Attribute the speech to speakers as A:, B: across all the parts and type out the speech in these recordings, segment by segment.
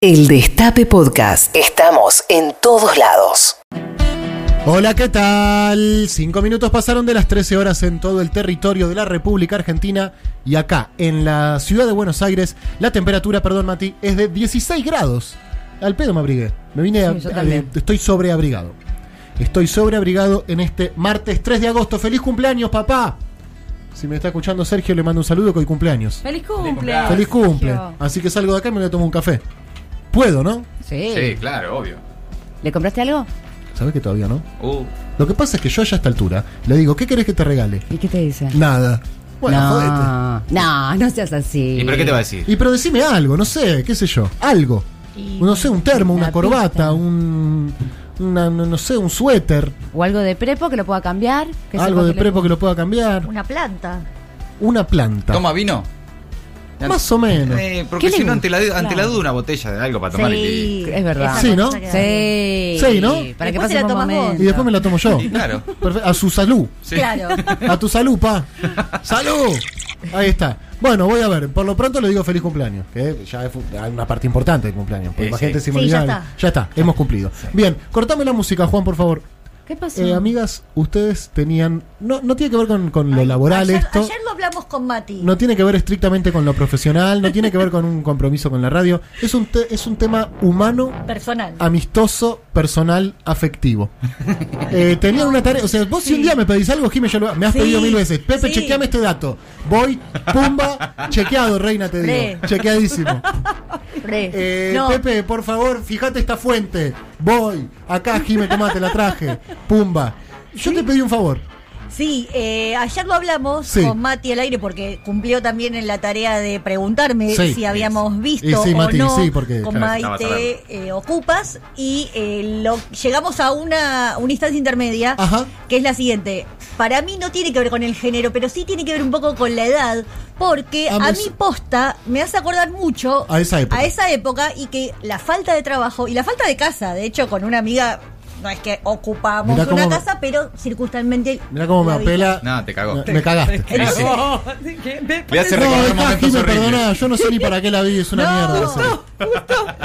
A: El Destape Podcast. Estamos en todos lados.
B: Hola, ¿qué tal? Cinco minutos pasaron de las 13 horas en todo el territorio de la República Argentina y acá, en la ciudad de Buenos Aires, la temperatura, perdón Mati, es de 16 grados. Al pedo me abrigué. Me vine a,
C: Sí, yo también.
B: a- Estoy sobreabrigado. Estoy sobreabrigado en este martes 3 de agosto. ¡Feliz cumpleaños, papá! Si me está escuchando Sergio, le mando un saludo que hoy cumpleaños.
C: ¡Feliz cumple!
B: ¡Feliz cumple!
C: Sergio.
B: Así que salgo de acá y me voy a tomar un café. Puedo, ¿no?
C: Sí.
D: Sí, claro, obvio.
C: ¿Le compraste algo?
B: ¿Sabes que todavía no?
D: Uh,
B: Lo que pasa es que yo ya a esta altura le digo, ¿qué querés que te regale?
C: ¿Y qué te dice?
B: Nada. Bueno, jodete.
C: no, no, no seas así.
D: ¿Y pero qué te va a decir?
B: Y pero decime algo, no sé, qué sé yo, algo.
C: Y-
B: No sé, un termo, una,
C: Una
B: corbata,
C: pista.
B: un. una- no, no sé, un suéter,
C: O algo de prepo que lo pueda cambiar. que
B: algo
C: sepa
B: de
C: que le-
B: prepo que lo pueda cambiar,
E: Una planta.
B: una planta.
D: ¿Toma vino?
B: Más o menos.
D: Eh, porque
C: ¿Qué
D: si
C: le
D: no, ante la, ante la
C: Claro.
D: duda, una botella de algo para tomar. y-
C: Es verdad.
E: Esa
B: Sí,
E: cosa
B: ¿no?
E: que da bien.
C: Sí.
B: Sí, ¿no?
C: Para que
E: Después
C: pase
E: te la
C: un
E: tomás vos.
C: momento.
B: Y después me la tomo yo.
D: Y claro.
B: Perfe- A su salud.
D: Sí.
E: Claro.
B: A tu salud, pa. ¡Salud! Ahí está. Bueno, voy a ver. Por lo pronto le digo feliz cumpleaños. Que ya es fu- una parte importante del cumpleaños. porque
D: Sí,
B: imagínate
D: sí.
B: si me
E: Sí, ya
B: olvidaba.
E: está.
B: Ya está, hemos cumplido. Bien, cortame la música, Juan, por favor.
C: ¿Qué pasó?
B: Eh, amigas, ustedes tenían. No, no tiene que ver con, con lo laboral
E: ayer,
B: esto.
E: Ayer lo hablamos con Mati.
B: No tiene que ver estrictamente con lo profesional. No tiene que ver con un compromiso con la radio. Es un, te- es un tema humano,
E: Personal.
B: Ah, amistoso, personal, afectivo. Eh, tenían una tarea. O sea, vos si un día me pedís algo, Jimmy, yo lo- me has
C: Sí,
B: pedido mil veces. Pepe,
C: sí.
B: chequeame este dato. Voy, pumba, chequeado, reina, te digo.
E: Re.
B: Chequeadísimo.
E: Re.
B: Eh,
E: no,
B: Pepe, por favor, fíjate esta fuente. Voy. Acá, Jimé, tomá, te la traje. Pumba. Yo te pedí un favor.
E: sí, eh, ayer lo hablamos
B: Sí.
E: con Mati al aire porque cumplió también en la tarea de preguntarme
B: Sí.
E: si habíamos visto
B: Y sí,
E: o
B: Mati,
E: no
B: sí, porque,
E: con
B: claro,
D: estaba
E: Maite eh, Ocupas y eh, lo, llegamos a una, una instancia intermedia
B: Ajá.
E: que es la siguiente. Para mí no tiene que ver con el género, pero sí tiene que ver un poco con la edad, porque
B: Amo
E: a
B: eso.
E: mí posta me hace acordar mucho
B: A esa época.
E: a esa época y que la falta de trabajo y la falta de casa, de hecho con una amiga no es que ocupamos
B: Mirá
E: una
B: cómo me-
E: casa, pero circunstancialmente
B: Mirá cómo me
E: la vida.
B: apela.
D: No, te cagó.
B: Me, me cagaste.
D: Sí, sí. Voy a hacer
B: No,
D: recordar
B: dejá,
D: momentos
B: Jimé, perdoná.
D: horribles.
B: Yo no sé ni para qué la vi. Es una
E: No,
B: mierda. eso.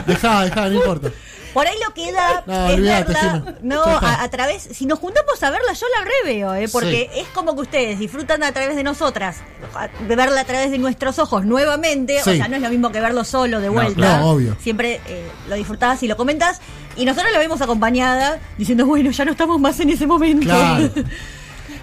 B: Dejá, dejá, no importa.
E: Por ahí lo que da
B: No,
E: es
B: olvidate,
E: verla,
B: Jimena.
E: no,
B: Ya está.
E: a, a través, si nos juntamos a verla, yo la reveo, eh, porque es como que ustedes disfrutan a través de nosotras, a- de verla a través de nuestros ojos nuevamente,
B: Sí.
E: o sea, no es lo mismo que verlo solo de vuelta.
B: claro. No, obvio.
E: Siempre eh, lo disfrutás y lo comentás, y nosotros lo vemos acompañada, diciendo, bueno, ya no estamos más en ese momento.
B: Claro.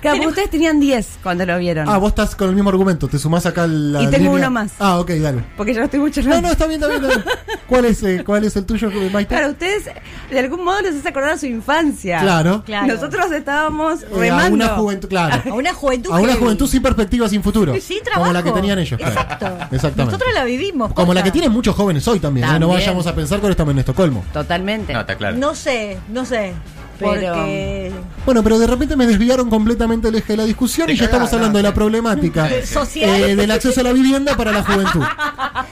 C: Claro, porque ustedes tenían 10 cuando lo vieron.
B: Ah, vos estás con el mismo argumento. Te sumás acá a la.
C: Y tengo
B: línea.
C: uno más.
B: Ah, ok, dale.
C: Porque yo no estoy mucho
B: No, no, está bien, está bien. está bien. ¿Cuál es, eh, cuál es el tuyo, Maite? Eh,
C: Claro, ustedes de algún modo les hace acordar a su infancia.
B: Claro.
E: Claro.
C: Nosotros estábamos
B: Eh, a
C: remando.
B: una juventud, claro.
E: A una juventud.
B: A una
E: heavy.
B: juventud sin perspectiva, sin futuro.
E: Sin trabajo.
B: Como la que tenían ellos. claro.
E: Exacto.
B: Exactamente.
E: Nosotros la vivimos.
B: Como la
E: posta.
B: que tienen muchos jóvenes hoy también. ¿eh? No
C: También.
B: vayamos a pensar que ahora estamos en Estocolmo.
C: Totalmente.
D: No, está claro.
E: No sé, no sé.
C: Pero-
E: Porque.
B: Bueno, pero de repente me desviaron completamente el eje de la discusión
D: Te
B: y ya
D: cagás,
B: estamos hablando
D: no,
B: de la
D: sí.
B: problemática
D: Sí, sí.
E: Social.
B: eh, del acceso a la vivienda para la juventud.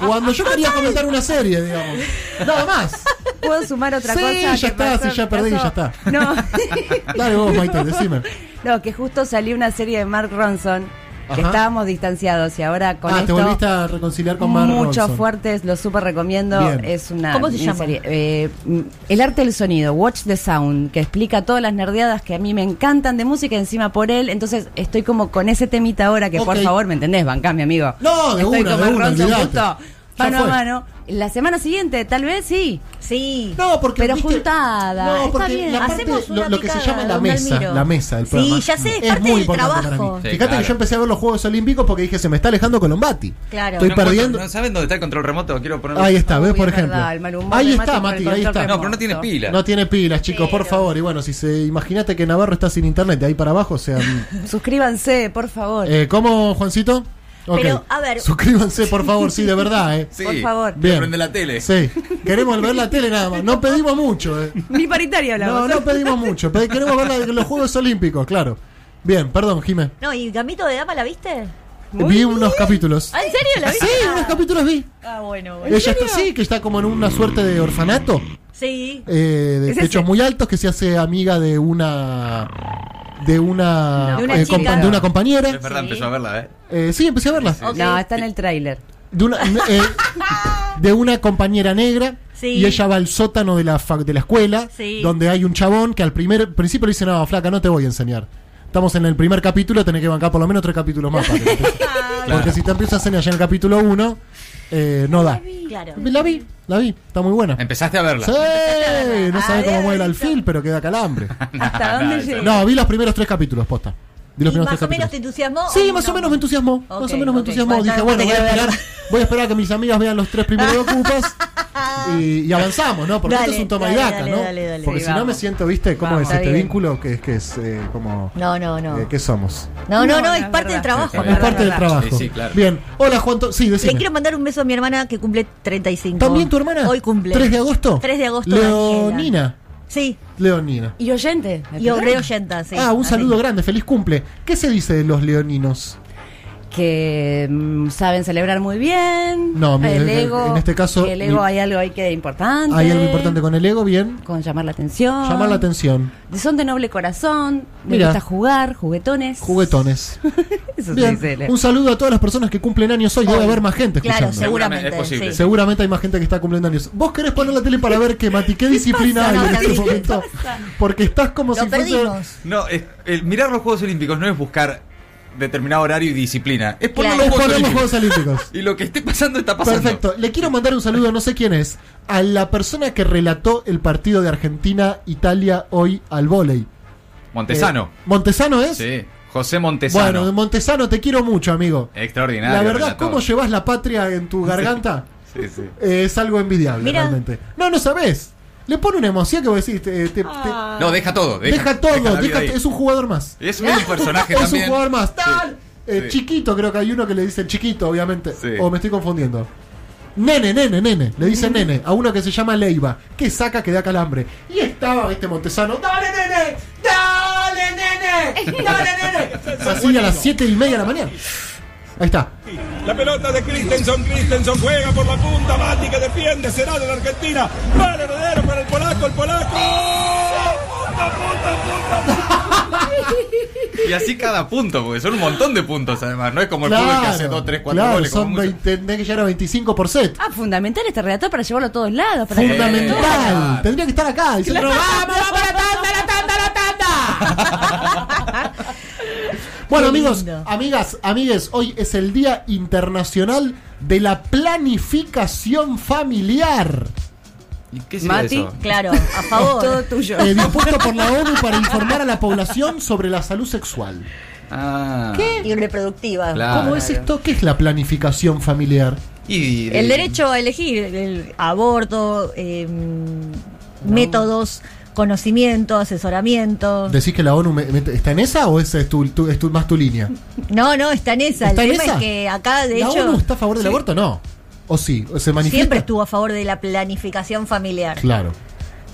B: Cuando yo quería comentar una serie, digamos. Nada más.
C: ¿Puedo sumar otra
B: Sí,
C: cosa?
B: ya
C: que
B: está,
C: pasó-
B: sí, ya perdí,
C: pasó?
B: ya está.
C: No.
B: Dale vos, Maite, decime.
C: No, que justo salió una serie de Mark Ronson, que
B: Ajá.
C: estábamos distanciados y ahora con
B: ah, te
C: esto...
B: volviste a reconciliar con Mar
C: Mucho
B: Ronson.
C: fuertes, lo súper recomiendo.
B: Bien.
C: Es una.
E: ¿Cómo se
C: una
E: llama?
C: serie, eh, mm, el arte del sonido, Watch the Sound, que explica todas las nerdeadas que a mí me encantan de música encima por él. Entonces estoy como con ese temita ahora que por
B: Ok.
C: favor, ¿me entendés? Bancame, amigo.
B: No, de
C: estoy
B: una,
C: con
B: de
C: Mark
B: una,
C: Ronson
B: olvidate.
C: justo
B: Ya
C: mano a
B: fue.
C: mano. La semana siguiente, tal vez sí.
E: Sí.
B: No, porque.
C: Pero juntada,
B: No,
C: está
B: porque
C: bien.
B: la parte-
E: Hacemos
B: lo,
E: una
B: lo que se
E: picada,
B: llama la
E: don
B: mesa.
E: Almiro.
B: La mesa del
E: Sí,
B: programa.
E: ya sé, es parte del
B: importante
E: trabajo.
B: para mí.
D: Sí,
B: Fíjate que
D: claro.
B: yo empecé a ver los Juegos Olímpicos porque dije, se me está alejando Colombati.
E: Claro.
B: Estoy
D: No encuentro-
B: perdiendo.
D: ¿No saben dónde está el control remoto? Quiero ponerlo.
B: Ahí está, ¿ves?
C: Uy,
B: Por
C: es
B: ejemplo.
C: verdad, el mal humor
B: ahí
C: de
B: está,
C: Mati con
B: Mati,
C: el
B: ahí
C: control
B: está.
D: No, pero no tiene
C: remoto.
D: pila.
B: No tiene pilas, chicos, por favor. Y bueno, si se imagínate que Navarro está sin internet de ahí para abajo, o sea. mm,
C: Suscríbanse, por favor.
B: eh, ¿Cómo, Juancito? Ok.
E: Pero, a ver-
B: Suscríbanse, por favor, sí, de verdad, ¿eh?
D: Sí.
C: Por favor.
D: Te Prende la tele.
B: Sí. Queremos ver la tele nada más. No pedimos mucho, ¿eh?
C: Ni paritaria hablamos.
B: No, no pedimos mucho. Pe- Queremos ver la- los Juegos Olímpicos, claro. Bien, perdón, Jimé.
E: No, ¿y Gamito de Dama la viste?
C: Muy
B: Vi unos capítulos.
E: Ah, ¿En serio la
B: Sí, Eh,
E: viste?
B: unos capítulos vi.
E: Ah, bueno, bueno.
B: Ella está, sí, que está como en una suerte de orfanato.
E: Sí.
B: eh, de
C: ¿Es ese?
B: techos muy altos que se hace amiga de una de una
E: De una
B: eh,
E: chica.
B: compa- de una
D: Es
B: compañera
D: verdad, empezó a verla, ¿eh?
B: Eh, sí empecé a verla
E: Ok.
C: No, está en el tráiler.
B: de una, eh, de una compañera negra.
E: Sí.
B: Y ella va al sótano de la, fac- de la escuela,
E: Sí.
B: donde hay un chabón que al primer principio le dice, no, flaca, no te voy a enseñar. Estamos en el primer capítulo, tenés que bancar por lo menos tres capítulos más. para que te empiece". Porque si te empiezas a enseñar ya en el capítulo uno, eh, no da.
E: Claro.
B: La vi, la vi, está muy buena.
D: Empezaste a verla.
B: Sí, no sabe cómo mueve el alfil, pero queda calambre.
C: ¿Hasta dónde
D: no,
C: llega?
B: No, vi los primeros tres capítulos, posta. Vi los
E: ¿Y
B: primeros
E: más
B: tres
E: o menos te
B: capítulos.
E: entusiasmó?
B: Sí,
E: o
B: más
E: no?
B: o menos me entusiasmó. más
E: Ok,
B: o menos me
E: ok.
B: entusiasmó.
E: Bueno,
B: Dije,
E: no
B: bueno,
E: te
B: voy a,
E: quiero ver.
B: esperar, voy a esperar a que mis amigas vean los tres primeros ocupas y, y avanzamos, ¿no? Porque
E: Dale,
B: esto es un toma y
E: dale,
B: daca,
E: dale,
B: ¿no?
E: dale, dale.
B: Porque
C: Sí,
B: si no me
C: vamos.
B: siento, ¿viste? ¿Cómo
C: Vamos,
B: es
E: está
B: este
E: bien.
B: vínculo? Que es, que es eh, como.
E: No, no, no.
B: eh, ¿Qué somos?
E: No, no,
C: No,
E: no,
C: no,
E: es
C: es
E: parte del
C: verdad.
E: trabajo.
D: Es
B: Es
D: verdad,
B: parte del
D: verdad.
B: trabajo.
D: Sí, sí, claro.
B: Bien. Hola, Juan. To- Sí,
E: Le
B: decime.
E: quiero mandar un beso a mi hermana que cumple 35.
B: ¿También tu hermana?
E: Hoy cumple.
B: ¿3 de agosto?
E: 3 de agosto. Daniela.
B: Leonina.
E: Sí,
B: Leonina.
C: Y oyente. la
E: y obrero
C: primera.
E: oyenta, sí.
B: ah, un
E: Así.
B: saludo grande, feliz cumple. ¿Qué se dice de los leoninos?
C: Que mm, saben celebrar muy bien.
B: No, mira,
C: el ego.
B: en este caso,
C: El ego
B: mi-
C: hay algo ahí que es importante.
B: Hay algo importante con el ego, bien.
C: Con llamar la atención.
B: Llamar la atención.
C: Son de noble corazón. Me
B: Mira.
C: gusta jugar, juguetones.
B: Juguetones.
C: Eso se
B: Bien.
C: dice, le-
B: Un saludo a todas las personas que cumplen años hoy. Debe
E: Hoy.
B: haber más gente
E: Claro,
B: escuchando.
E: seguramente.
D: Seguramente, es posible.
E: Sí.
B: Seguramente hay más gente que está cumpliendo años. ¿Vos querés poner la tele para ver qué, Mati? ¿Qué disciplina
E: pasa,
B: hay en
E: Mati?
B: este
E: ¿Qué
B: momento? Porque estás como
E: Lo
B: si fuese-
E: perdimos.
D: No, es- el mirar los Juegos Olímpicos no es buscar determinado horario y disciplina. Es poner
E: Claro.
B: Es
D: los Juegos
B: poner los
D: Olímpicos.
B: Juegos Olímpicos.
D: Y lo que esté pasando está pasando.
B: Perfecto. Le quiero mandar un saludo, no sé quién es, a la persona que relató el partido de Argentina-Italia hoy al vóley.
D: Montesano.
B: Eh, ¿Montesano es?
D: Sí, José Montesano. Eh,
B: Bueno, de Montesano te quiero mucho, amigo.
D: Extraordinario.
B: La verdad,
D: relator.
B: cómo llevas la patria en tu garganta
D: Sí, sí.
B: eh, es algo envidiable,
E: Mirá.
B: realmente. No, no sabés. Le pone una emoción que vos decís, te- te- te-
D: Ah. No, deja todo. Deja,
B: deja, todo,
D: la vida
B: deja-
D: ahí.
B: es un jugador más.
D: Es un personaje
B: Es
D: también.
B: un jugador más. Tal. Eh,
D: sí.
B: Chiquito, creo que hay uno que le dice chiquito, obviamente.
D: Sí.
B: O me estoy confundiendo. Nene, nene, nene. Le dice nene a uno que se llama Leiva, que saca que da calambre. Y estaba este Montesano. ¡Dale, nene! ¡Dale, nene! ¡Dale, nene! Así a las 7 y media de la mañana. Ahí está.
F: La pelota de Christensen, Christensen juega por la punta, Mati que defiende, será de la Argentina, va el heredero para el polaco, el polaco. Punta, punta, punta, punta.
D: Y así cada punto, porque son un montón de puntos además. No es como el fútbol que hace 2, 3, 4
B: claro,
D: goles. como
B: son
D: mucho.
B: 20, tenés que llegar a 25 por set.
C: Ah, fundamental este relator para llevarlo a todos lados. Para
E: Eh,
B: Fundamental.
D: Claro.
B: Tendría que estar acá. diciendo, ¡Vamos, vamos, la tanda, la tanda, la tanda! bueno,
E: Qué
B: amigos,
E: lindo.
B: amigas, amigues, hoy es el Día Internacional de la Planificación Familiar.
D: ¿Y qué será
C: Mati,
D: eso?
E: Claro, a
C: Todo
E: favor.
C: tuyo.
B: eh, dispuesto por la ONU para informar a la población sobre la salud sexual.
D: Ah.
E: y reproductiva.
D: Claro.
B: ¿Cómo es esto? ¿Qué es la planificación familiar?
D: Y de-
E: El derecho a elegir el aborto, eh, métodos, conocimiento, asesoramiento.
B: ¿Decís que la ONU me- me- está en esa o esa es, tu- tu- es tu- más tu línea?
E: No, no, está en esa.
B: ¿Está
E: el
B: en
E: tema
B: esa?
E: es que acá, de
B: ¿La
E: hecho,
B: ONU está a favor del aborto? No. ¿O sí? ¿O ¿Se manifiesta?
E: siempre estuvo a favor de la planificación familiar.
B: Claro.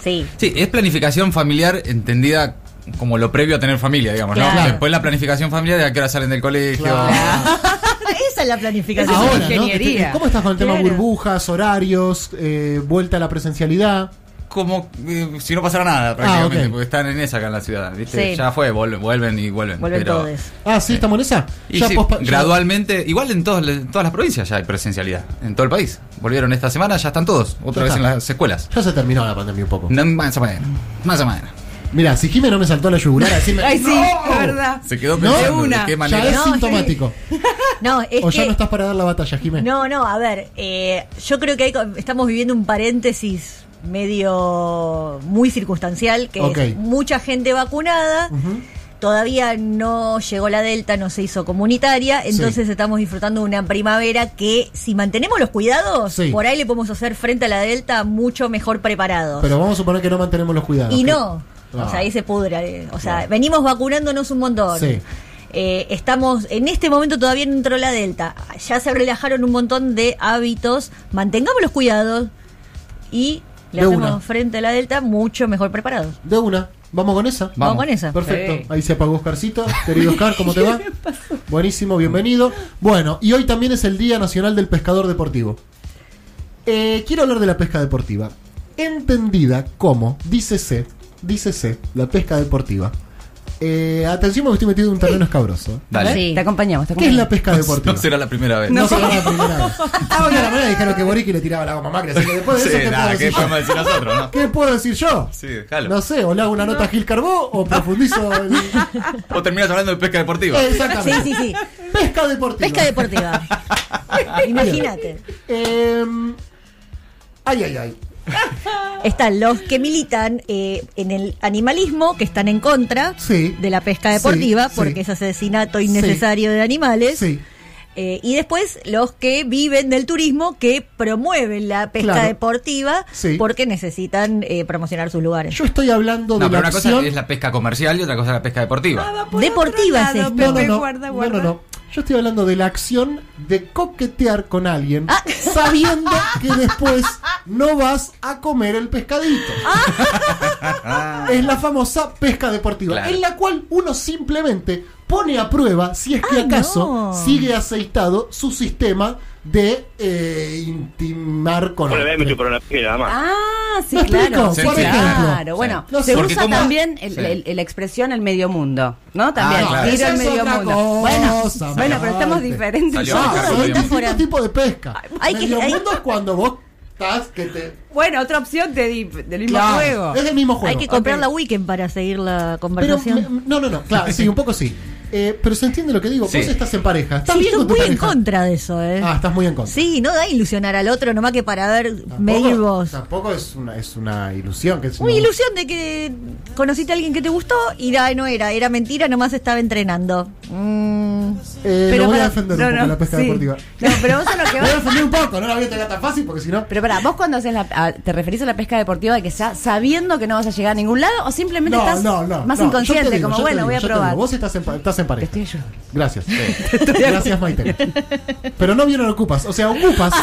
E: Sí.
D: Sí, es planificación familiar entendida como lo previo a tener familia, digamos, ¿no?
E: Claro.
D: Después la planificación familiar de a qué hora salen del colegio.
E: Esa es la planificación.
C: Ahora,
B: ¿no? Este, eh,
C: ingeniería.
B: ¿Cómo estás con el tema
E: Claro.
B: burbujas, horarios, eh, vuelta a la presencialidad?
D: Como eh, si no pasara nada, prácticamente,
B: Ah, ok.
D: porque están en esa acá en la ciudad, ¿viste?
E: Sí.
D: Ya fue, vuelven, vuelven y vuelven.
E: Vuelven
D: pero-
E: todos.
B: Ah, sí, estamos en esa.
D: Y
B: Ya
D: sí,
B: pospa- ya-
D: gradualmente, igual en, todas en todas las provincias ya hay presencialidad, en todo el país. Volvieron esta semana, ya están todos, otra
B: Ya
D: vez
B: está.
D: en las escuelas.
B: Ya, se terminó la pandemia un poco.
D: No, más o menos, más o menos.
B: Mira, si Jimé no me saltó la yugular, así me-
C: Ay, sí, es verdad.
D: Se quedó
B: No,
D: pensando
C: de una.
D: de qué
B: ya
D: manera.
B: es
E: No,
B: sintomático.
E: No, es
B: O
E: que...
B: ya no estás para dar la batalla, Jimé.
E: No, no, a ver, eh, yo creo que hay co- estamos viviendo un paréntesis medio muy circunstancial, que
B: Ok.
E: es mucha gente vacunada,
B: Ujú.
E: todavía no llegó la Delta, no se hizo comunitaria, entonces estamos disfrutando de una primavera que si mantenemos los cuidados,
B: Sí.
E: por ahí le podemos hacer frente a la Delta mucho mejor preparados.
B: Pero vamos a suponer que no mantenemos los cuidados.
E: Y
B: que-
E: no. O
B: Ah.
E: sea, ahí se pudra. eh. O sea, venimos vacunándonos un montón.
B: Sí.
E: Eh, estamos, en este momento todavía no entró la Delta. Ya se relajaron un montón de hábitos. Mantengamos los cuidados y le
B: De
E: hacemos
B: una.
E: frente a la Delta mucho mejor preparados.
B: De una. ¿Vamos con esa?
E: Vamos, con esa.
B: Perfecto. Ahí se apagó Oscarcito. Querido Oscar, ¿cómo te va? Buenísimo, bienvenido. Bueno, y hoy también es el Día Nacional del Pescador Deportivo. Eh, quiero hablar de la pesca deportiva. Entendida como, dícese, dícese, la pesca deportiva. Eh, atención, porque estoy metido en un terreno escabroso.
D: Dale.
C: Sí. Te acompañamos, te
B: ¿Qué es
C: acompañamos.
B: la pesca deportiva?
D: No será la primera vez.
B: No,
C: No.
B: será la primera vez. Ah, de la manera dijeron que Boric le tiraba la goma a Macri, así que después de
D: Sí,
B: eso, ¿qué puedo
D: nada, ¿qué
B: decir
D: podemos
B: yo?
D: decir nosotros, no?
B: ¿Qué puedo decir yo?
D: Sí, déjalo.
B: No sé, o le hago una nota a Gil Carbó o profundizo. en-
D: O terminas hablando de pesca deportiva.
B: Eh,
E: Sí,
B: Exactamente.
E: sí, sí.
B: Pesca deportiva.
E: Pesca deportiva.
B: Ah,
E: Imagínate.
B: Em, ay, ay, ay.
E: Están los que militan eh, en el animalismo, que están en contra
B: Sí.
E: de la pesca deportiva,
B: Sí, sí.
E: porque es asesinato innecesario de animales.
B: Sí.
E: Eh, y después los que viven del turismo, que promueven la pesca
B: Claro.
E: deportiva,
B: Sí.
E: porque necesitan eh, promocionar sus lugares.
B: Yo estoy hablando de
D: No, pero
B: la
D: una cosa
B: opción-
D: es la pesca comercial y otra cosa es la pesca deportiva.
B: Ah,
E: Deportiva es esto.
B: No, no, no. No, no, no. Yo estoy hablando de la acción de coquetear con alguien
E: Ah.
B: sabiendo que después no vas a comer el pescadito.
E: Ah.
B: es la famosa pesca deportiva,
D: Claro.
B: en la cual uno simplemente pone a prueba si es que
E: Ay,
B: acaso
E: no.
B: sigue aceitado su sistema de eh, intimar con
G: Bueno, me
B: otro.
G: chuparon la piel, nada más.
C: Ah, sí,
B: ¿Me
C: claro.
B: explico?
C: sí,
D: Por
B: ejemplo.
C: claro. Bueno,
B: Sí. No sé.
C: se
D: Porque
C: usa
D: como-
C: también el-
D: Sí.
C: el- el- la expresión el medio mundo, ¿no? También.
D: Ah, claro.
C: Tiro
B: Esa
C: el
B: es
C: medio
B: otra
C: mundo.
B: cosa,
C: bueno, bueno,
B: Marce.
C: pero estamos diferentes.
D: Salió
B: No,
D: Claro,
B: son
D: obviamente.
B: distintos tipos de pesca.
E: Hay que-
B: Medio
E: hay-
B: mundo es cuando vos estás que te
C: Bueno, otra opción te di, del mismo
B: Claro,
C: juego.
B: Es el mismo juego.
E: Hay que comprar
B: Ok.
E: la weekend para seguir la
B: Pero
E: conversación.
B: me- no, no, no, claro, sí, un poco sí. Eh, pero se entiende lo que digo.
D: Sí.
B: Vos estás en pareja. Estás
E: Sí,
B: bien
E: estoy
B: con tu
E: muy en
B: pareja.
E: contra de eso, ¿eh?
B: Ah, estás muy en contra.
E: Sí, no da ilusionar al otro nomás que para ver,
B: Tampoco-
E: medir vos.
B: Tampoco es una, es una ilusión. Que es
E: Una
B: una-
E: ilusión de que conociste a alguien que te gustó y ay, no era, era mentira, nomás estaba entrenando. Mm.
B: Eh, lo voy a
C: pará,
B: defender
C: no,
B: un poco
C: no,
B: la pesca
C: sí.
B: deportiva.
C: No, pero vos a
B: Lo
C: lo que
B: voy a
C: vas.
B: defender un poco, no la voy a tener tan fácil porque si no.
C: Pero pará, vos cuando haces la, a- te referís a la pesca deportiva que ya sabiendo que no vas a llegar a ningún lado o simplemente
B: No,
C: estás
B: no, no.
C: más
B: no, yo te
C: inconsciente,
B: digo,
C: como
B: yo te
C: bueno,
B: digo,
C: voy a
B: yo te
C: probar.
B: digo, Vos estás en, pa- estás en
C: Te
B: pareja.
C: estoy ayudando.
B: Gracias. Gracias, Maite. Pero no vieron ocupas. O sea, ocupas.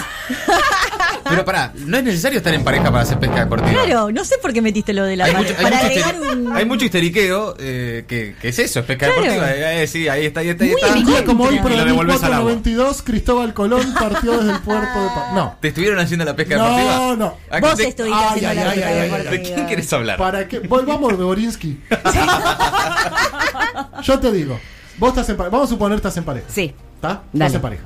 D: Pero pará, no es necesario estar en pareja para hacer pesca deportiva.
E: Claro, no sé por qué metiste lo de la
D: Hay
E: mano.
D: mucho, hay
E: Para
D: mucho
E: agregar
D: histeri-
E: un.
D: hay mucho histeriqueo eh, que, que es eso, es pesca
E: Claro.
D: deportiva. Eh, eh, sí, ahí está, ahí está, ahí
C: Ah,
E: Muy
D: está.
E: en
B: Un día como hoy,
E: contra.
B: pero
D: Y lo
B: en
D: devolvés al agua.
B: 1492, Cristóbal Colón partió desde el puerto de. Pa- No.
D: ¿Te estuvieron haciendo la pesca
B: No,
D: deportiva? Ah,
B: no.
D: ¿A
E: Vos
D: qué te-
E: estuviste
B: Ay,
E: haciendo
B: ay,
E: la
B: ay,
E: ruta
B: ay, ay,
E: deportiva.
D: ¿De quién quieres hablar?
B: ¿Para qué? Volvamos de Borinsky. Yo te digo, vos estás en pareja. Vamos a suponer que estás en pareja.
C: Sí.
B: ¿Está? Estás
C: Dale.
B: en pareja.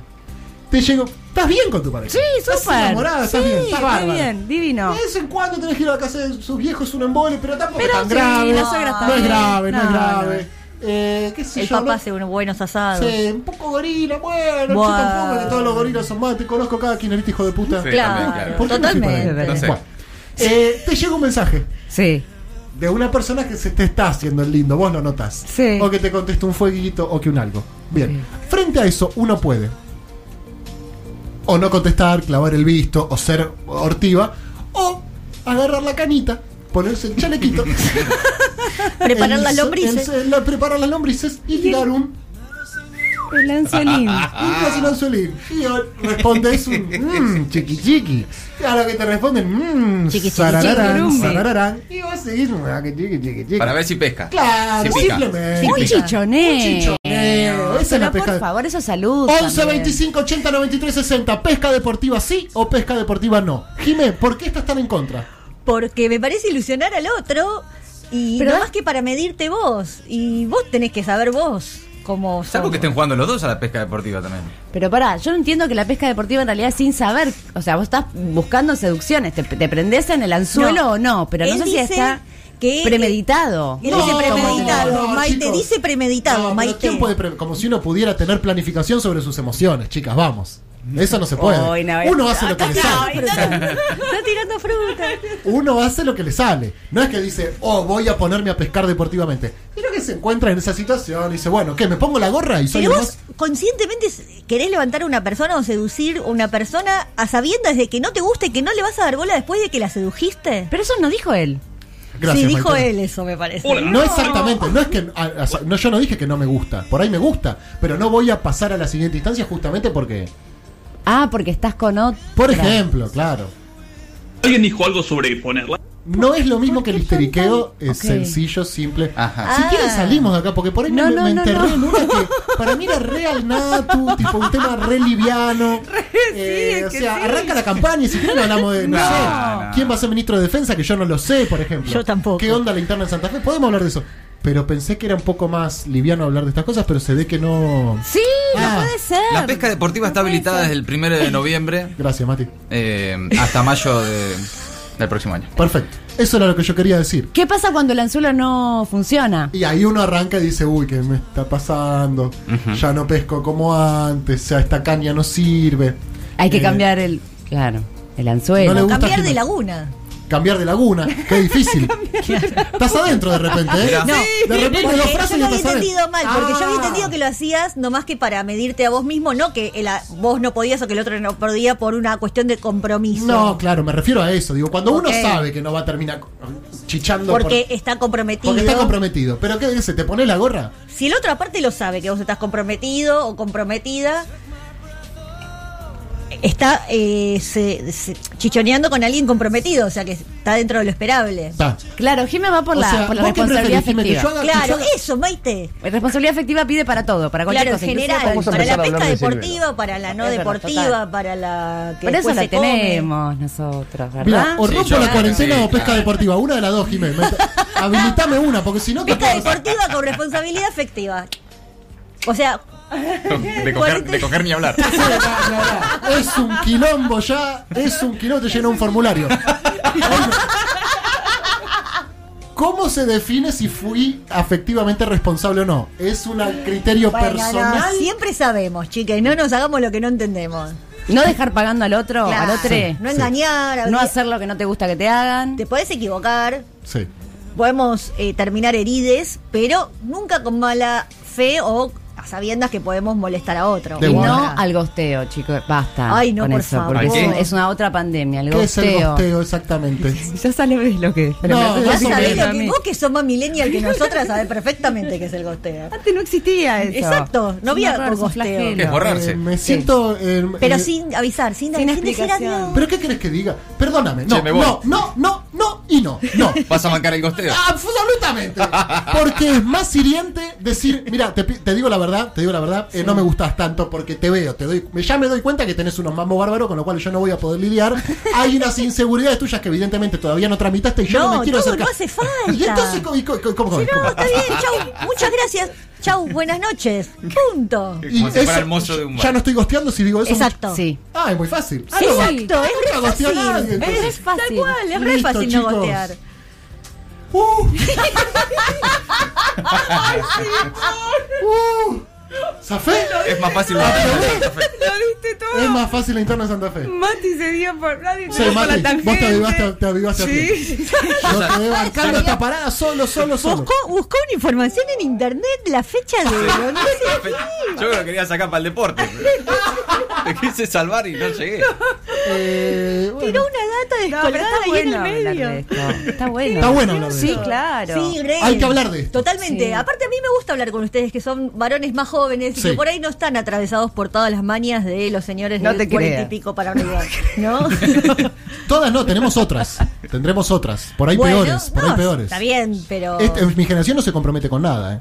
B: Te llego. ¿Estás bien con tu pareja?
C: Sí,
B: Estás
C: súper.
B: enamorada, estás
C: Sí,
B: bien, estás
C: muy
B: bárbara.
C: bien, divino.
B: De vez en cuando tenés que ir a la casa de sus viejos, un embole, pero tampoco
C: Pero
B: es tan
C: sí,
B: grave.
C: la suegra está
B: no es
C: bien.
B: grave, no, es
C: No,
B: grave. Eh, ¿qué sé
E: El
B: yo,
E: papá
B: no-
E: hace unos buenos asados.
B: Sí, un poco gorila, bueno,
E: Buah.
B: yo tampoco, que todos los gorilas son malos, te conozco cada quinerita hijo de puta.
D: Sí,
E: Claro,
D: también,
B: ¿Por qué no estoy para
E: totalmente.
B: él?
D: No sé.
B: Bueno, eh, te llega un mensaje
C: Sí.
B: de una persona que se te está haciendo el lindo, vos lo notas.
C: Sí.
B: O que te contesta un fueguito o que un algo. Bien. Frente a eso, uno puede o no contestar, clavar el visto, o ser hortiva, o agarrar la canita, ponerse el chalequito,
E: Preparar
B: el-
E: las lombrices.
B: el- la- preparar las lombrices y tirar un
C: El ansiolín.
B: Y
D: Ah.
B: te hacen un solín. Y vos respondes un mmm, chiqui chiqui. Y A lo que te responden mmm,
E: Chiqui, chiqui,
B: sarararán,
C: chiqui,
B: sarararán. Y vos seguís, ah, que chiqui chiqui chiqui.
D: Para ver si pesca.
B: Claro,
D: si pica.
B: simplemente.
D: Si
C: Un
D: pica.
C: chichoneo.
B: Un chichoneo. Esa es la
C: Pero
B: pesca.
C: por favor, eso es salud.
B: 11,
C: también.
B: 25, 80, 93, 60. ¿Pesca deportiva sí o pesca deportiva no? Jimé, ¿por qué estás tan en contra?
E: Porque me parece ilusionar al otro y
C: Pero-
E: no más que para medirte vos. Y vos tenés que saber vos cómo
D: Salvo
E: sos.
D: que estén jugando los dos a la pesca deportiva también.
C: Pero pará, yo no entiendo que la pesca deportiva en realidad es sin saber. O sea, vos estás buscando seducciones. ¿Te, te prendés en el anzuelo
E: No.
C: o no? Pero no
E: Él
C: sé si
E: dice
C: está
E: que-
C: premeditado.
E: Él dice
B: No,
E: premeditado,
B: no,
E: Maite,
B: chicos.
E: dice premeditado,
B: No, pero
E: Maite.
B: ¿quién puede pre- como si uno pudiera tener planificación sobre sus emociones, chicas, vamos. Eso no se puede.
C: Ay, no, es-
B: uno hace lo que
C: Acá
B: le
C: está,
B: sale.
C: ahí está.
E: Está tirando fruta.
B: Uno hace lo que le sale. No es que dice, oh, voy a ponerme a pescar deportivamente. Sino que se encuentra en esa situación y dice, bueno, ¿qué? ¿Me pongo la gorra y soy
E: Pero
B: el
E: vos
B: más?
E: conscientemente s- querés levantar a una persona o seducir a una persona a sabiendas de que no te gusta y que no le vas a dar bola después de que la sedujiste.
C: Pero eso no dijo él.
B: Gracias,
E: sí, dijo
B: Maite.
E: él eso, me parece.
B: No exactamente, no es que a- a- sa- no, yo no dije que no me gusta, por ahí me gusta, pero no voy a pasar a la siguiente instancia justamente porque,
C: Ah, porque estás con otro.
B: por ejemplo, claro,
G: ¿Alguien dijo algo sobre ponerla?
B: no es lo mismo que el histeriqueo es
C: Ok.
B: sencillo, simple.
D: Ajá.
B: Si
E: Ah.
B: quieren salimos de acá, porque por ahí
C: No,
B: me,
C: no,
B: me
C: no,
B: enterré
C: no.
B: en una que para mí era real natu, tipo un tema re liviano. Eh,
C: sí,
B: o
C: es que
B: sea,
C: sí.
B: arranca la campaña y si quieren hablamos de, no,
D: No,
B: sé,
D: no.
B: quién va a ser ministro de defensa, que yo no lo sé, por ejemplo.
E: Yo tampoco.
B: ¿Qué onda la interna en Santa Fe? Podemos hablar de eso. pero pensé que era un poco más liviano hablar de estas cosas, pero se ve que no.
C: Sí,
B: Ah,
C: no puede ser.
D: La pesca deportiva
C: No
D: está
C: puede
D: habilitada
C: ser.
D: desde el primero de noviembre
B: Gracias, Mati.
D: eh, hasta mayo de- del próximo año.
B: Perfecto. Eso era lo que yo quería decir.
C: ¿Qué pasa cuando el anzuelo no funciona?
B: Y ahí uno arranca y dice, uy, ¿qué me está pasando? Ya no pesco como antes, o sea, esta caña no sirve.
C: Hay que
B: Eh,
C: cambiar el. Claro, el
B: No
C: anzuelo.
B: le
E: O
B: gusta
E: cambiar de
B: Jimena.
E: laguna.
B: Cambiar de laguna, qué difícil. estás adentro de repente, ¿eh?
D: Mirá. No.
B: De repente
E: Porque
B: dos
E: yo
B: frases y
E: lo había
B: estás adentro.
E: entendido mal, porque yo había
B: Ah.
E: entendido que lo hacías nomás que para medirte a vos mismo, no que el a- vos no podías o que el otro no podía por una cuestión de compromiso.
B: No, claro, me refiero a eso. Digo, cuando
E: Ok.
B: uno sabe que no va a terminar chichando por-
E: porque está comprometido.
B: porque está comprometido. Pero ¿qué dice? ¿Te pones la gorra?
E: si el otro aparte lo sabe que vos estás comprometido o comprometida, está eh, se- se- chichoneando con alguien comprometido, o sea que está dentro de lo esperable.
B: Está.
C: Claro, Jimé va por
B: O
C: la,
B: sea,
C: por la
B: ¿vos qué
C: responsabilidad
B: preferís, Jimé, que
C: afectiva.
B: yo haga- que yo
E: Claro,
B: haga-
E: eso, Maite.
C: La responsabilidad afectiva pide para todo, para cualquier
E: Claro, en
C: cosa. inclusive
E: general,
C: para-
E: para la pesca
H: de
E: deportiva, para la no
C: Es verdad,
E: deportiva,
C: total.
E: para la que
C: Por eso
E: después
C: la
E: se come.
C: tenemos nosotros, ¿verdad?
B: Mira, o
D: Sí,
B: rompo
D: yo
B: la
D: creo
B: cuarentena
D: que sí,
B: o pesca
D: claro.
B: deportiva. Una de las dos, Jiménez. Habilitame una, porque si no...
E: Pesca
B: capaz-
E: deportiva con responsabilidad afectiva. O sea,
D: De coger, de coger ni hablar.
B: Es un quilombo ya, es un quilombo, te llena un formulario. ¿Cómo se define si fui afectivamente responsable o no? ¿Es un criterio personal?
E: siempre sabemos, chicas, no nos hagamos lo que no entendemos.
C: No dejar pagando al otro,
E: Claro.
C: al otro.
E: No engañar,
C: No
E: abrir-
C: hacer lo que no te gusta que te hagan.
E: te puedes equivocar,
B: Sí.
E: podemos eh, terminar herides, pero nunca con mala fe o a sabiendas que podemos molestar a otro.
B: De
C: y
B: buena.
C: no al gosteo, chicos. Basta.
E: Ay, no,
C: con
E: por
C: eso,
E: favor.
C: Porque es,
D: ¿Qué?
C: un- es una otra pandemia, el
B: ¿Qué es el
C: gosteo.
B: gosteo exactamente?
C: Ya sabes lo que es.
B: No,
C: me
B: ya
C: haces
E: Vos
C: así,
B: sabés
E: sabés
C: me
E: lo
C: haces a
E: que
C: mí.
E: vos que sos más millennial que nosotras sabés perfectamente que es el gosteo.
C: Antes no existía eso.
E: Exacto, no había
C: Es un horror,
E: por
C: es un
E: gosteo.
C: flagelo.
D: Que es borrarse.
B: Eh, me
C: Sí.
B: siento... eh,
E: Pero
B: eh,
E: sin avisar, sin,
C: Sin
E: sin decir "Ah,
C: explicación.
E: adiós.
B: ¿Pero qué crees que diga? Perdóname. No,
D: Che, me voy.
B: no, no, no, no y no. No.
D: Vas a bancar el costeo.
B: Absolutamente. Porque es más hiriente decir, mira, te, pi- te digo la verdad, te digo la verdad, eh, no me gustas tanto porque te veo, te doy, me- ya me doy cuenta que tenés unos mambos bárbaros con los cuales yo no voy a poder lidiar. Hay unas inseguridades tuyas que evidentemente todavía no tramitaste y yo no,
E: No,
B: me quiero
E: todo
B: acercar.
E: no hace falta.
B: Y entonces, ¿cómo, y cómo- cómo- cómo-
E: Sí, no,
B: cómo-
E: está bien, chau, muchas gracias, chau, buenas noches, punto.
B: y
D: Como si fuera
B: eso-
D: el mozo de un bar.
B: Ya no estoy gosteando si digo eso.
E: Exacto.
C: Sí.
B: Ah, es muy fácil. Ah,
C: Sí,
B: no,
C: exacto,
E: es
B: nunca
E: re
B: gosteo a
E: fácil.
B: nadie, entonces.
C: Es fácil.
E: Tal cual, es re
B: Listo,
E: fácil
B: chicos.
E: no gotear.
B: Uh. Uh. ¿Zafé?
D: Es más fácil.
B: Es más fácil la interna de Santa Fe.
C: Mati se dio por,
B: Sí, Mati, vos te avivaste, te avivaste a pie. No te debo, Carlos está parada solo, solo, solo.
E: Buscó, buscó una información en internet, la fecha de no sé qué.
D: Yo creo que quería sacar para el deporte. pero Te quise salvar y no llegué.
B: Eh, bueno.
E: Tiró una data descolgada ahí en el medio.
C: Está bueno.
B: Está bueno hablar de
C: Sí,
B: esto.
C: claro.
E: Sí, re.
B: Hay que hablar de esto.
E: Totalmente.
C: Sí.
E: Aparte, a mí me gusta hablar con ustedes, que son varones más jóvenes y
B: Sí.
E: que por ahí no están atravesados por todas las mañas de los señores
C: No
E: de
C: te
E: cuarenta y
C: creas.
E: pico para arriba. ¿No?
B: Todas no, tenemos otras. Tendremos otras. Por ahí
E: Bueno,
B: peores, por
E: no,
B: ahí peores.
E: Está bien, pero.
B: Este- mi generación no se compromete con nada, ¿eh?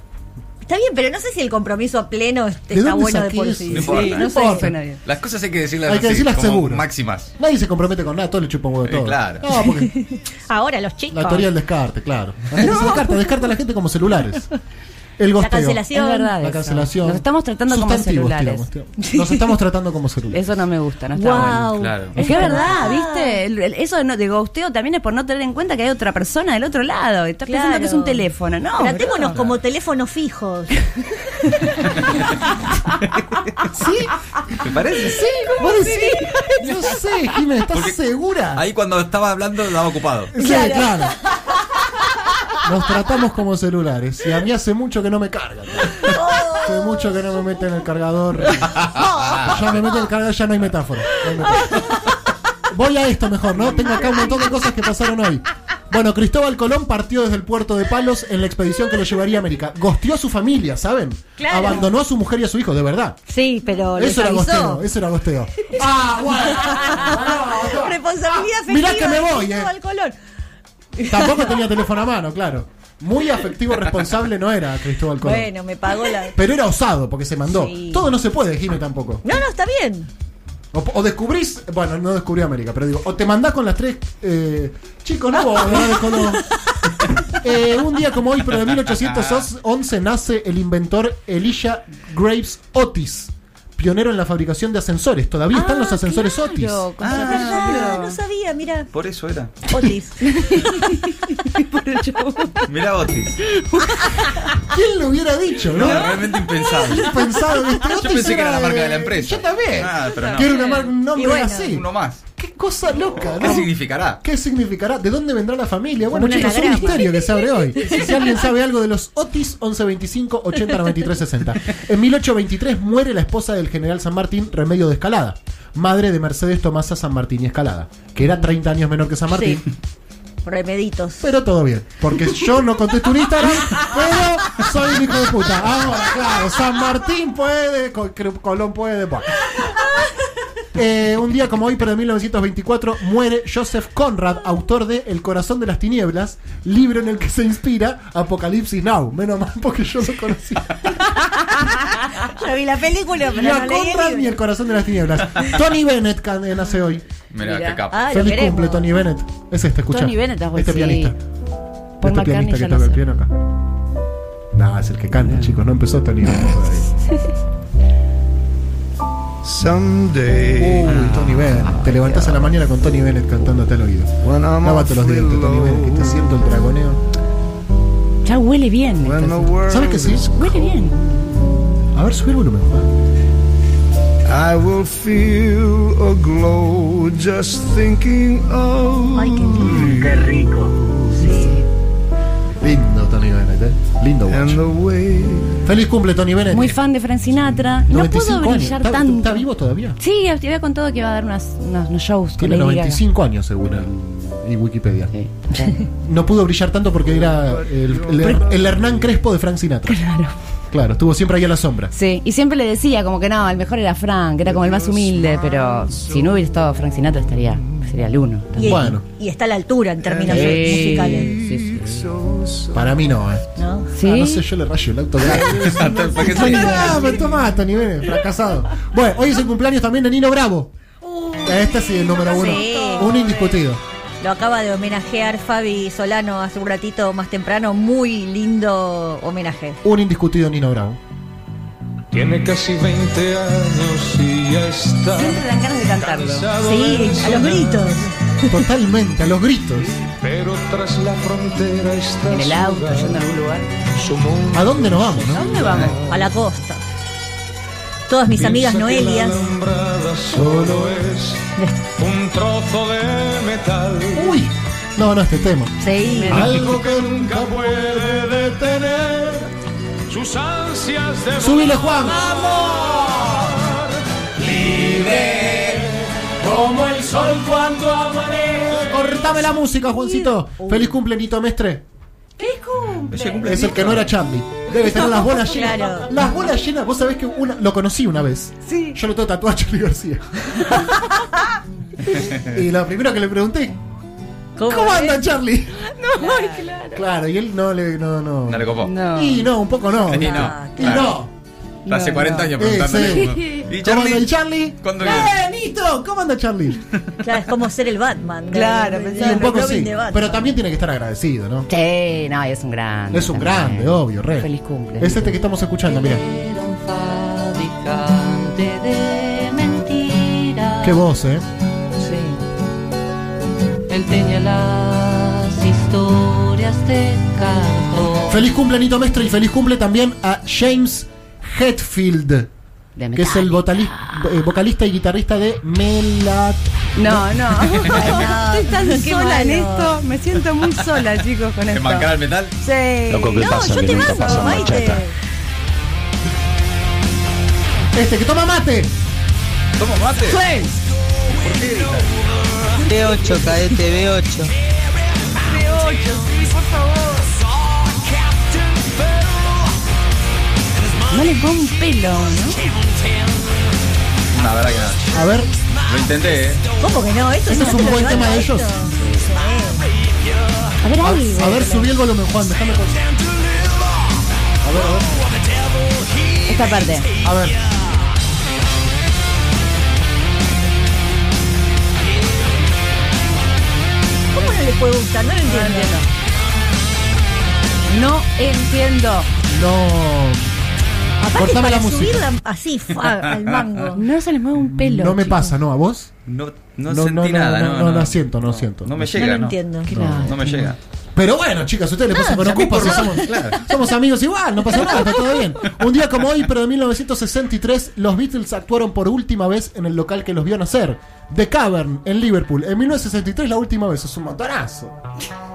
E: Está bien, pero no sé si el compromiso a pleno este,
B: ¿De
E: está
B: dónde
E: bueno de
B: saqué
E: por
B: eso?
E: sí.
D: No
E: Sí,
D: importa.
E: no sé.
B: No importa.
C: Suena bien.
D: Las cosas hay que decirlas,
B: Hay que
D: así,
B: decirlas
D: como
B: seguro.
D: máximas.
B: Nadie se compromete con nada, todo le chupa un huevo de
D: Eh,
B: todo.
D: claro.
B: No, porque
E: Ahora los chicos.
B: la teoría del descarte, claro. La gente se descarta, descarta a la gente como celulares. El
E: La
B: gosteo.
E: cancelación.
C: Es verdad.
B: La
C: eso.
B: cancelación.
C: Nos estamos tratando como
B: Sustantivos,
C: celulares.
B: digamos, digamos. Nos estamos tratando como celulares.
C: Eso no me gusta, no está bueno.
E: Wow.
D: Claro.
C: Es que es verdad, ¿viste? El- el- Eso de, no, de gosteo también es por no tener en cuenta que hay otra persona del otro lado. Estás pensando que es un teléfono, ¿no?
E: Tratémonos
C: bro.
E: como teléfonos fijos.
D: ¿Te parece? Sí.
B: ¿Vos decís? No sé, Jiménez, ¿estás
D: Porque
B: segura?
D: Ahí cuando estaba hablando estaba ocupado.
B: Sí, claro. Nos tratamos como celulares. Y a mí hace mucho que no me cargan. Hace mucho que no me meten el cargador. Ya me meten el cargador, ya no hay metáfora. No hay metáfora. Voy a esto mejor, ¿no? Tengo acá un montón de cosas que pasaron hoy. Bueno, Cristóbal Colón partió desde el puerto de Palos en la expedición que lo llevaría a América. Gosteó a su familia, ¿saben?
E: Claro.
B: Abandonó a su mujer y a su hijo, de verdad.
E: Sí, pero les
B: Eso era
E: avisó.
B: gosteo, eso era gosteo. Ah, bueno.
E: Responsabilidad afectiva.
B: Ah, Mirá que me
E: de
B: voy, eh.
E: Cristóbal Colón.
B: Tampoco tenía teléfono a mano, claro. Muy afectivo responsable no era Cristóbal Colón.
E: Bueno, me pagó la.
B: Pero era osado porque se mandó.
E: Sí.
B: Todo no se puede, Jimmy tampoco.
E: No, no, está bien.
B: O, o descubrís, bueno, no descubrí América, pero digo, o te mandás con las tres. eh, chicos, no hubo verdad de Colón. Eh, un día como hoy, pero de 1811, nace el inventor Elisha Graves Otis, pionero en la fabricación de ascensores. Todavía están los ascensores Otis.
C: Con
E: Ah,
C: placa de
E: verdad,
C: soplo.
E: no sabía, mira.
D: Por eso era.
E: Otis.
D: Mira Otis.
B: ¿Quién lo hubiera dicho, no?
D: No, realmente impensable.
B: Pensado que este
D: Yo
B: Otis
D: pensé que era la marca de la
B: de-
D: empresa.
B: Yo también.
D: Ah, pero no.
B: Que era una marca, un nombre
E: Y bueno.
B: así.
D: Uno más.
B: Qué cosa loca,
D: ¿Qué
B: ¿no?
D: significará?
B: ¿Qué significará? ¿De dónde vendrá la familia? Bueno,
E: Una
B: chicos, es un
E: anagrama.
B: misterio que se abre hoy. Si alguien sabe algo de los Otis, 1125 80 93 60. En 1823 muere la esposa del general San Martín, Remedio de Escalada, madre de Mercedes Tomasa San Martín y Escalada, que era 30 años menor que San Martín.
E: Sí. Remeditos.
B: Pero todo bien, porque yo no contesto un Instagram, pero soy un hijo de puta. Ahora, claro, San Martín puede, Col- Colón puede. Bueno. Eh, un día como hoy, pero de 1924, muere Joseph Conrad, autor de El corazón de las tinieblas, libro en el que se inspira Apocalipsis Now. Menos mal porque yo lo conocí.
E: Yo vi la película, pero
B: Ni
E: no
B: a
E: leí el
B: Conrad
E: libro.
B: ni El corazón de las tinieblas. Tony Bennett can- eh, nace hoy.
D: Mira,
C: Mira.
D: qué capo.
E: Ah, lo
B: Feliz
E: queremos.
B: cumple, Tony Bennett. Es este, escucha.
C: Tony Bennett, ah,
B: Este
C: sí.
B: pianista.
C: Paul
B: este
C: McCartney
B: pianista que
C: ya lo
B: toca el
C: sé.
B: piano acá. Nah, es el que canta, chicos. No empezó Tony Bennett todavía.
H: Someday,
B: Uy, Tony Bennett. Te levantás a la mañana con Tony Bennett cantándote al oído.
H: when I'm
B: Lávate los
H: awfully
B: dientes, Tony Bennett, que
H: low,
B: está haciendo el dragoneo.
C: Ya huele bien.
H: when the
C: entonces.
H: world
B: ¿Sabes que sí?
H: is
C: Huele bien.
B: A ver, sube el volumen, Juan.
H: I will feel a glow just thinking of you
B: Lindo Tony Bennett, eh. Lindo
H: and
B: guacho.
H: the way
B: Feliz cumple, Tony Bennett.
C: Muy fan de Frank Sinatra. Y No
B: 95
C: pudo
B: años.
C: brillar
B: ¿Está,
C: tanto.
B: ¿Está vivo todavía?
C: Sí, había contado que iba a dar unas, unos, unos shows con
B: Tiene
C: Lady Gaga.
B: 95 años, según el- y Wikipedia.
C: Sí.
B: No pudo brillar tanto porque era el, el- el Hernán Crespo de Frank Sinatra.
C: Claro.
B: Claro, estuvo siempre ahí a la sombra.
C: Sí, y siempre le decía como que no, el mejor era Frank, era como el más humilde, pero si no hubiera estado Frank Sinatra estaría, sería el uno.
E: Y,
B: Bueno. Eh.
E: y está a la altura en términos musicales.
C: Sí, sí, sí.
B: Para mí no, eh.
E: ¿no?
C: Sí.
B: Ah, no sé, yo le rayo el auto.
D: Hasta el paquete.
B: Ah, me toma Tony Bennett, fracasado. Bueno, hoy es el cumpleaños también de Nino Bravo. Este sí, el número uno.
E: Sí.
B: Un indiscutido.
E: Lo acaba de homenajear Fabi Solano hace un ratito más temprano. Muy lindo homenaje.
B: Un indiscutido Nino Bravo.
F: Tiene casi 20 años y ya está.
C: Siempre dan ganas de cantarlo.
E: Sí, a los gritos.
B: Totalmente, a los gritos.
F: Pero tras la frontera está.
C: En el auto, yendo a algún lugar.
F: Su mundo.
B: ¿A dónde nos vamos, no?
C: ¿A dónde vamos?
E: A la costa. Todas mis amigas
F: Piensa que la
E: Noelias.
F: alambrada solo es un trozo de metal.
B: Uy, no, no, este tema.
E: Sí.
F: Algo que nunca puede detener sus ansias de
B: Súbile, Juan.
F: como el sol cuando amanece.
B: Cortame la música, Juancito. Feliz cumple, Nito Mestre. Es el que no era Charlie. Debe tener las bolas llenas.
E: Claro.
B: Las bolas llenas. Vos sabés que una, lo conocí una vez.
C: Sí.
B: Yo lo tengo tatuado a Charlie García. y lo primero que le pregunté, ¿cómo anda Charlie? No, claro. Claro, y él no le. No, no.
D: Dale, copo.
C: No.
B: Y no, un poco no.
D: Y no.
E: Ah,
B: Y
D: claro.
B: no.
D: Hace
C: No,
D: 40 años
B: no.
D: preguntándole.
B: Eh,
D: uno. ¿Y
B: ¿Cómo anda
D: Charlie?
B: el Charlie?
D: ¿Cuándo
B: ¡Eh, Nito! ¿Cómo anda Charlie?
E: Claro, es como ser el Batman. de-
C: Claro,
E: de-
C: pensé
B: Y
E: de
B: un poco
E: Robin
B: sí.
E: de Batman.
B: Pero también tiene que estar agradecido, ¿no?
C: Sí, no, y es un grande.
B: Es un
C: también.
B: grande, obvio, re.
C: Feliz cumple.
B: Es este que estamos escuchando, mira. Qué voz, ¿eh?
I: Él tenía las historias de cartón.
B: Feliz cumple, Nito Mestre, y feliz cumple también a James Hetfield,
C: De
B: que es el
C: metal.
B: vocali- eh, vocalista y guitarrista de Melat.
C: No, no.
E: no,
C: Estoy tan
E: qué
C: sola en
E: malo.
C: esto. Me siento muy sola, chicos, con
D: ¿Te
C: esto.
D: mancara el metal?
C: Sí.
E: No, yo te banco, Maite.
B: Este que toma mate.
D: ¿Cómo mate?
I: T8, cadete B8.
C: No le pongo un pelo, ¿no?
D: La verdad que
B: A ver,
D: no. Lo intenté, ¿eh?
E: ¿Cómo que no? Esto
B: Este
E: no
B: es un
E: te lo
B: buen
E: banco
B: tema de
E: esto.
B: ellos.
E: Sí.
C: A ver,
B: a,
C: ahí.
B: a ver, subí el volumen, Juan, déjame con-
C: Esta parte.
B: A ver.
E: ¿Cómo no le puede gustar? No lo entiendo.
C: No entiendo.
B: No.
E: Aparte
B: Cortame
E: para
B: la música.
E: subirla así fa, al mango.
C: No se les mueve un pelo.
B: No me
C: chicos.
B: pasa, ¿no? ¿A vos?
D: No, no, sentí nada,
B: No,
D: no,
B: no, no, siento, no, siento.
D: No me
E: No
D: llega,
E: lo
D: no.
E: entiendo.
C: Qué lástima.
D: No me llega.
B: Pero bueno, chicas, a ustedes
C: Ah,
B: les pasa con Ocupa, si somos, somos amigos igual, no pasa nada, está todo bien. Un día como hoy, pero de 1963, los Beatles actuaron por última vez en el local que los vio nacer, The Cavern, en Liverpool. En 1963, la última vez, es un montonazo.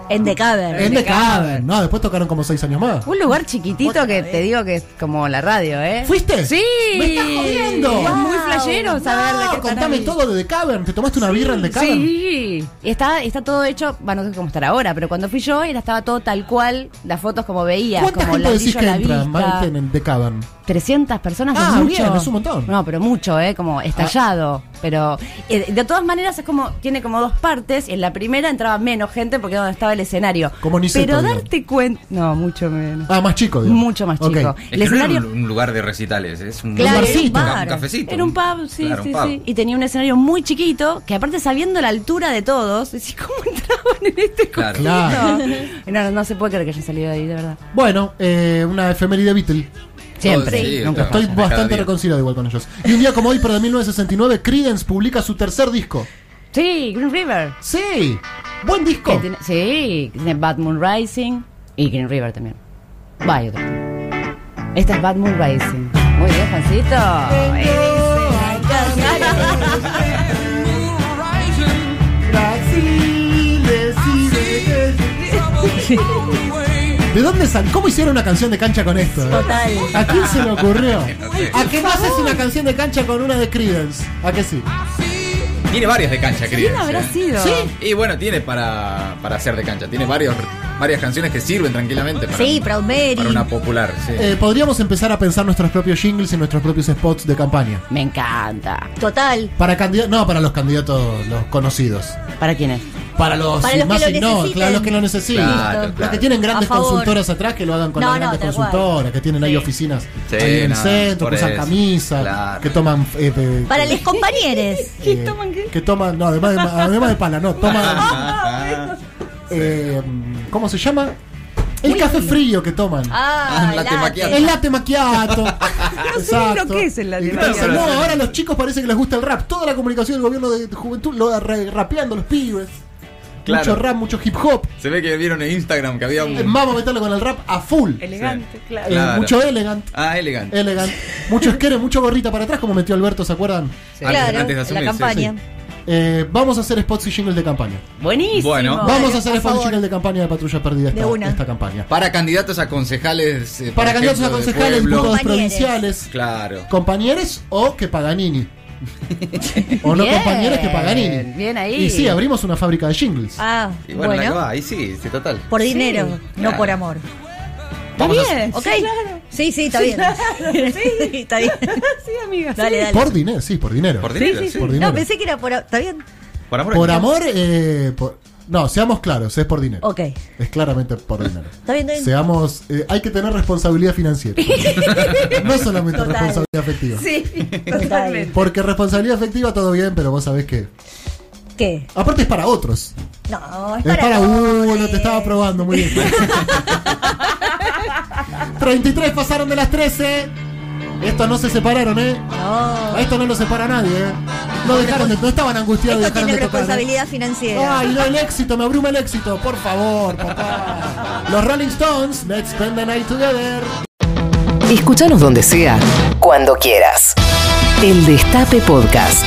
E: En The Cavern.
B: En The Cavern, no, después tocaron como seis años más.
C: Un lugar chiquitito
E: Otra
C: que
E: vez.
C: te digo que es como la radio, ¿eh?
B: ¿Fuiste?
C: Sí.
B: ¡Me estás jodiendo!
C: Es muy
E: Wow.
C: flashero saber de qué
B: No,
C: están
B: contame
C: ahí.
B: todo de The Cavern, ¿te tomaste una birra en The Cavern?
C: Sí, Y está, está todo hecho, bueno, no sé cómo estará ahora, pero cuando fui yo era estaba todo tal cual, las fotos como veía,
B: ¿Cuánta
C: como
B: gente decís
C: ladrillo a
B: que
C: la
B: entra,
C: vista.
B: Maiten, en The Cavern?
C: 300 personas
B: Ah,
C: es mucho.
B: bien, es un montón. Ah.
C: No, pero mucho, ¿eh? Como estallado. Pero eh, de todas maneras es como, tiene como dos partes. En la primera entraba menos gente porque era donde estaba el escenario.
B: Como Niceto,
C: Pero
B: digamos.
C: darte cuenta. No, mucho menos.
B: Ah, más chico, digamos.
C: mucho más
B: Ok.
C: chico. El
D: Es que no era
C: escenario.
D: un, un lugar de recitales, es un,
E: Claro,
D: un
B: era un
E: bar.
D: un cafecito.
C: Era un pub, sí,
D: Claro, un
C: sí,
D: pub.
C: sí. Y tenía un escenario muy chiquito, que aparte sabiendo la altura de todos, decís, ¿cómo entraban en este
D: Claro.
B: Claro. Ah.
C: coquito? No, no, no se puede creer que haya salido de ahí, de verdad.
B: Bueno, eh, una efeméride Beatle.
C: Siempre,
D: sí,
C: nunca
D: está.
B: Estoy
D: Cada
B: bastante
D: día.
B: reconciliado igual con ellos. Y un día como hoy, pero de 1969, Creedence publica su tercer disco.
C: Sí, Green River.
B: ¡Sí! ¡Buen disco!
C: Que tiene- sí, que tiene Bad Moon Rising y Green River también. Vaya. Esta es Bad Moon Rising. Muy bien, Juancito. Ahí dice.
B: ¿De dónde sal? ¿Cómo hicieron una canción de cancha con esto? eh?
E: Total.
B: ¿A quién se le ocurrió?
D: sé.
B: ¿A qué no haces una canción de cancha con una de Creedence? ¿A qué sí?
D: Tiene varias de cancha,
C: ¿Quién
D: Creedence.
C: habrá
D: eh.
C: sido?
D: Y bueno, tiene para, para hacer de cancha. Tiene varios, varias canciones que sirven tranquilamente para,
E: Sí, Proud Mary.
D: para una popular. Sí.
B: Eh, podríamos empezar a pensar nuestros propios jingles y nuestros propios spots de campaña.
C: Me encanta.
E: Total.
B: Para candidatos, no, para los candidatos, los conocidos.
C: ¿Para quién es?
B: Para los,
E: Para los
B: más
E: que lo
B: ignotos,
E: necesiten.
B: claro, los que lo necesitan.
D: Claro,
B: los
D: claro.
B: que tienen grandes
E: A favor.
B: consultoras atrás, que lo hagan con
E: No,
B: las
E: no,
B: grandes
E: tal cual.
B: consultoras, que tienen ahí oficinas
D: Sí,
B: ahí en el
D: no,
B: centro,
D: por
B: que usan
D: eso.
B: camisas,
D: Claro.
B: que toman. eh, eh,
E: Para
B: eh,
E: los compañeros.
B: Que toman, no, además de, además de pala, no, toman.
D: Ah,
B: eh, ¿Cómo se llama? El café frío que toman.
E: Ah,
D: Ah, la
E: la
D: temaquiata.
B: El latte macchiato. Exacto.
C: lo que es el latte
B: Y claro,
D: macchiato.
B: No, ahora los chicos parece que les gusta el rap. Toda la comunicación del gobierno de juventud lo da re- rapeando los pibes.
D: Claro.
B: Mucho rap, mucho hip hop.
D: se ve que vieron en Instagram que había
B: Eh,
D: un.
B: Vamos a meterlo con el rap a full.
D: Elegante,
B: Eh,
D: Claro.
B: Mucho elegant.
D: Ah, elegante.
B: Elegant. Mucho esquere, mucho gorrita para atrás, como metió Alberto, ¿se acuerdan?
E: Claro,
D: antes de asumir,
E: la
D: sí,
E: campaña.
B: Eh, vamos a hacer spots y jingles de campaña.
C: Buenísimo.
D: Bueno.
B: Vamos a hacer spots
E: por
B: y
E: favor.
B: jingles de campaña de Patrulla Perdida esta,
E: De una.
B: esta campaña.
D: Para candidatos a concejales. eh,
B: Para
D: por
B: candidatos a
D: ejemplo, de
B: concejales,
D: pueblo.
B: diputados
E: Compañeres.
B: provinciales,
D: Claro.
B: compañeros o que Paganini. o no
C: Bien,
B: compañeros que Paganini.
C: bien ahí.
B: Y sí, abrimos una fábrica de jingles.
E: Ah,
D: Y bueno, la que
E: bueno.
D: va, ahí sí, sí, total.
E: Por dinero, no
D: Claro.
E: por amor.
C: Está bien.
E: ¿Ok?
C: Sí, claro.
E: Sí, sí, está
C: Sí,
E: bien. Sí, está bien.
C: Sí, amiga. sí.
E: Dale, dale.
B: Por dinero, sí, por dinero.
D: Por dinero, sí.
B: Por dinero.
E: No, pensé que era por. ¿Está bien?
D: Por amor.
B: Por amor, eh, por- no, seamos claros, es por dinero.
E: Ok.
B: Es claramente por dinero.
E: Está bien, está bien.
B: Seamos, eh, hay que tener responsabilidad financiera. no solamente
E: Total.
B: responsabilidad afectiva.
C: Sí,
E: totalmente.
B: Porque responsabilidad afectiva todo bien, pero vos sabés que.
E: ¿Qué?
B: Aparte es para otros.
E: No,
B: Es
E: es para. eh.
B: para
E: todos.
B: uno, te estaba probando, muy bien. 33 pasaron de las 13. Estos no se separaron, ¿eh?
E: No.
B: A esto no lo separa nadie, ¿eh? No dejaron de, no estaban angustiados de
E: Esto
B: dejaron
E: tiene
B: de tocar, ¿eh?
E: responsabilidad financiera.
B: Ay, no, el éxito, me abruma el éxito. Por favor, papá. Los Rolling Stones, let's spend the night together.
A: Escúchanos donde sea, cuando quieras. El Destape Podcast.